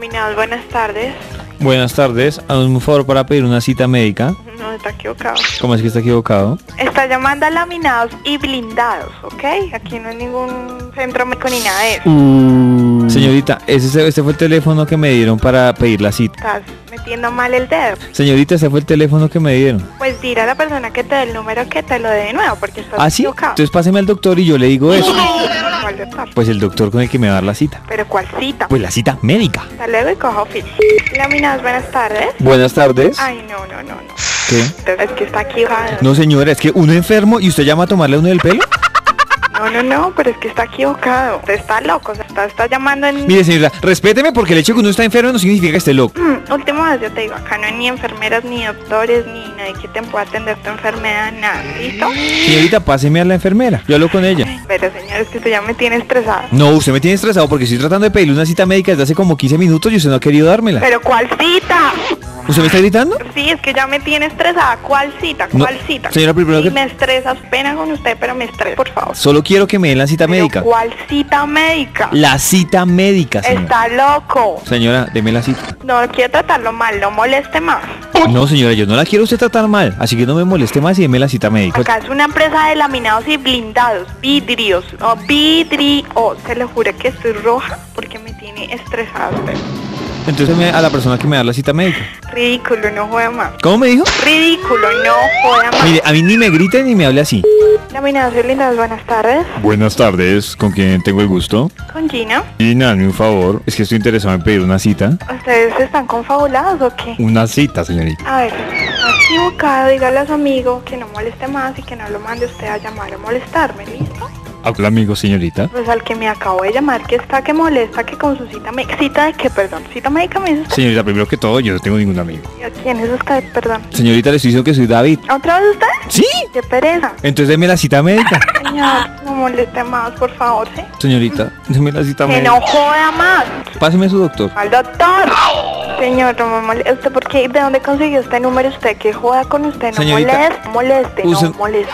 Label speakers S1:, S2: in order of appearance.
S1: Señal, buenas tardes.
S2: Buenas tardes, hazme un favor para pedir una cita médica.
S1: No, está equivocado.
S2: ¿Cómo es que está equivocado?
S1: Está llamando a laminados y blindados, ¿ok? Aquí no hay ningún centro médico ni nada de
S2: Mm.
S1: eso.
S2: Señorita, ese, este fue el teléfono que me dieron para pedir la cita.
S1: Estás metiendo mal el dedo.
S2: Señorita, ese fue el teléfono que me dieron.
S1: Pues dirá a la persona que te dé el número que te lo dé de nuevo, porque estás
S2: Ah, sí,
S1: equivocado.
S2: entonces páseme al doctor y yo le digo eso.
S1: ¿Cuál doctor?
S2: Pues el doctor con el que me va a dar la cita.
S1: Pero ¿cuál cita?
S2: Pues la cita médica.
S1: Hasta luego y cojo oficio. Laminados, buenas tardes.
S2: Buenas tardes.
S1: Ay, no, no, no, no.
S2: ¿Qué?
S1: Es que está equivocado.
S2: No, señora, es que uno enfermo y usted llama a tomarle a uno del pelo.
S1: No, no, no, pero es que está equivocado. Usted está loco, o sea, está, está llamando en...
S2: Mire, señora, respéteme porque el hecho de que uno está enfermo no significa que esté loco.
S1: Mm, Última vez yo te digo, acá no hay ni enfermeras, ni doctores, ni nadie que te pueda atender tu enfermedad, nada, ¿listo?
S2: Señorita, páseme a la enfermera. Yo hablo con ella.
S1: Pero señores, que usted ya me tiene estresada.
S2: No, usted me tiene estresado porque estoy tratando de pedirle una cita médica desde hace como 15 minutos y usted no ha querido dármela.
S1: ¿Pero cuál cita?
S2: ¿Usted me está gritando?
S1: Sí, es que ya me tiene estresada. ¿Cuál cita?
S2: No,
S1: ¿Cuál cita?
S2: señora, primero
S1: Sí,
S2: que-
S1: me estresas, pena con usted, pero me estresa, por favor.
S2: Solo quiero que me den la cita
S1: Pero
S2: médica.
S1: ¿Cuál cita médica?
S2: La cita médica, señora.
S1: Está loco.
S2: Señora, deme la cita.
S1: No quiero tratarlo mal, no moleste más.
S2: No, señora, yo no la quiero usted tratar mal, así que no me moleste más y deme la cita médica.
S1: Acá es una empresa de laminados y blindados, vidrios, no, vidrio. Se lo juro que estoy roja porque me tiene estresada usted.
S2: Entonces me- a la persona que me da la cita médica.
S1: Ridículo, no juega más.
S2: ¿Cómo me dijo?
S1: Ridículo, no juega más.
S2: Mire, a mí ni me grite ni me hable así.
S1: Laminados y blindados, buenas tardes.
S2: Buenas tardes, ¿con quién tengo el gusto?
S1: Con Gina,
S2: Y nada, un favor, es que estoy interesado en pedir una cita.
S1: ¿ustedes están confabulados o qué?
S2: Una cita, señorita.
S1: A ver, está equivocado, dígale a su amigo que no moleste más y que no lo mande usted a llamar o molestarme, ¿listo?
S2: Habla amigo, señorita.
S1: Pues al que me acabo de llamar, que está que molesta, que con su cita me... ¿Cita de qué, perdón? ¿Cita médica me dice usted?
S2: Señorita, primero que todo, yo no tengo ningún amigo.
S1: ¿Y a ¿Quién es usted, perdón?
S2: Señorita, le estoy diciendo que soy David.
S1: ¿Otra vez usted?
S2: ¿Sí?
S1: ¡Qué pereza!
S2: Entonces deme la cita médica.
S1: Señor, no moleste más, por favor, ¿sí?
S2: Señorita, deme la cita
S1: Que
S2: médica.
S1: no joda más.
S2: Páseme a su doctor.
S1: Al doctor. Señor, no me moleste. ¿Usted por qué? ¿De dónde consiguió este número usted? Que joda con usted. No
S2: Señorita,
S1: moleste. Moleste,
S2: use-
S1: no moleste.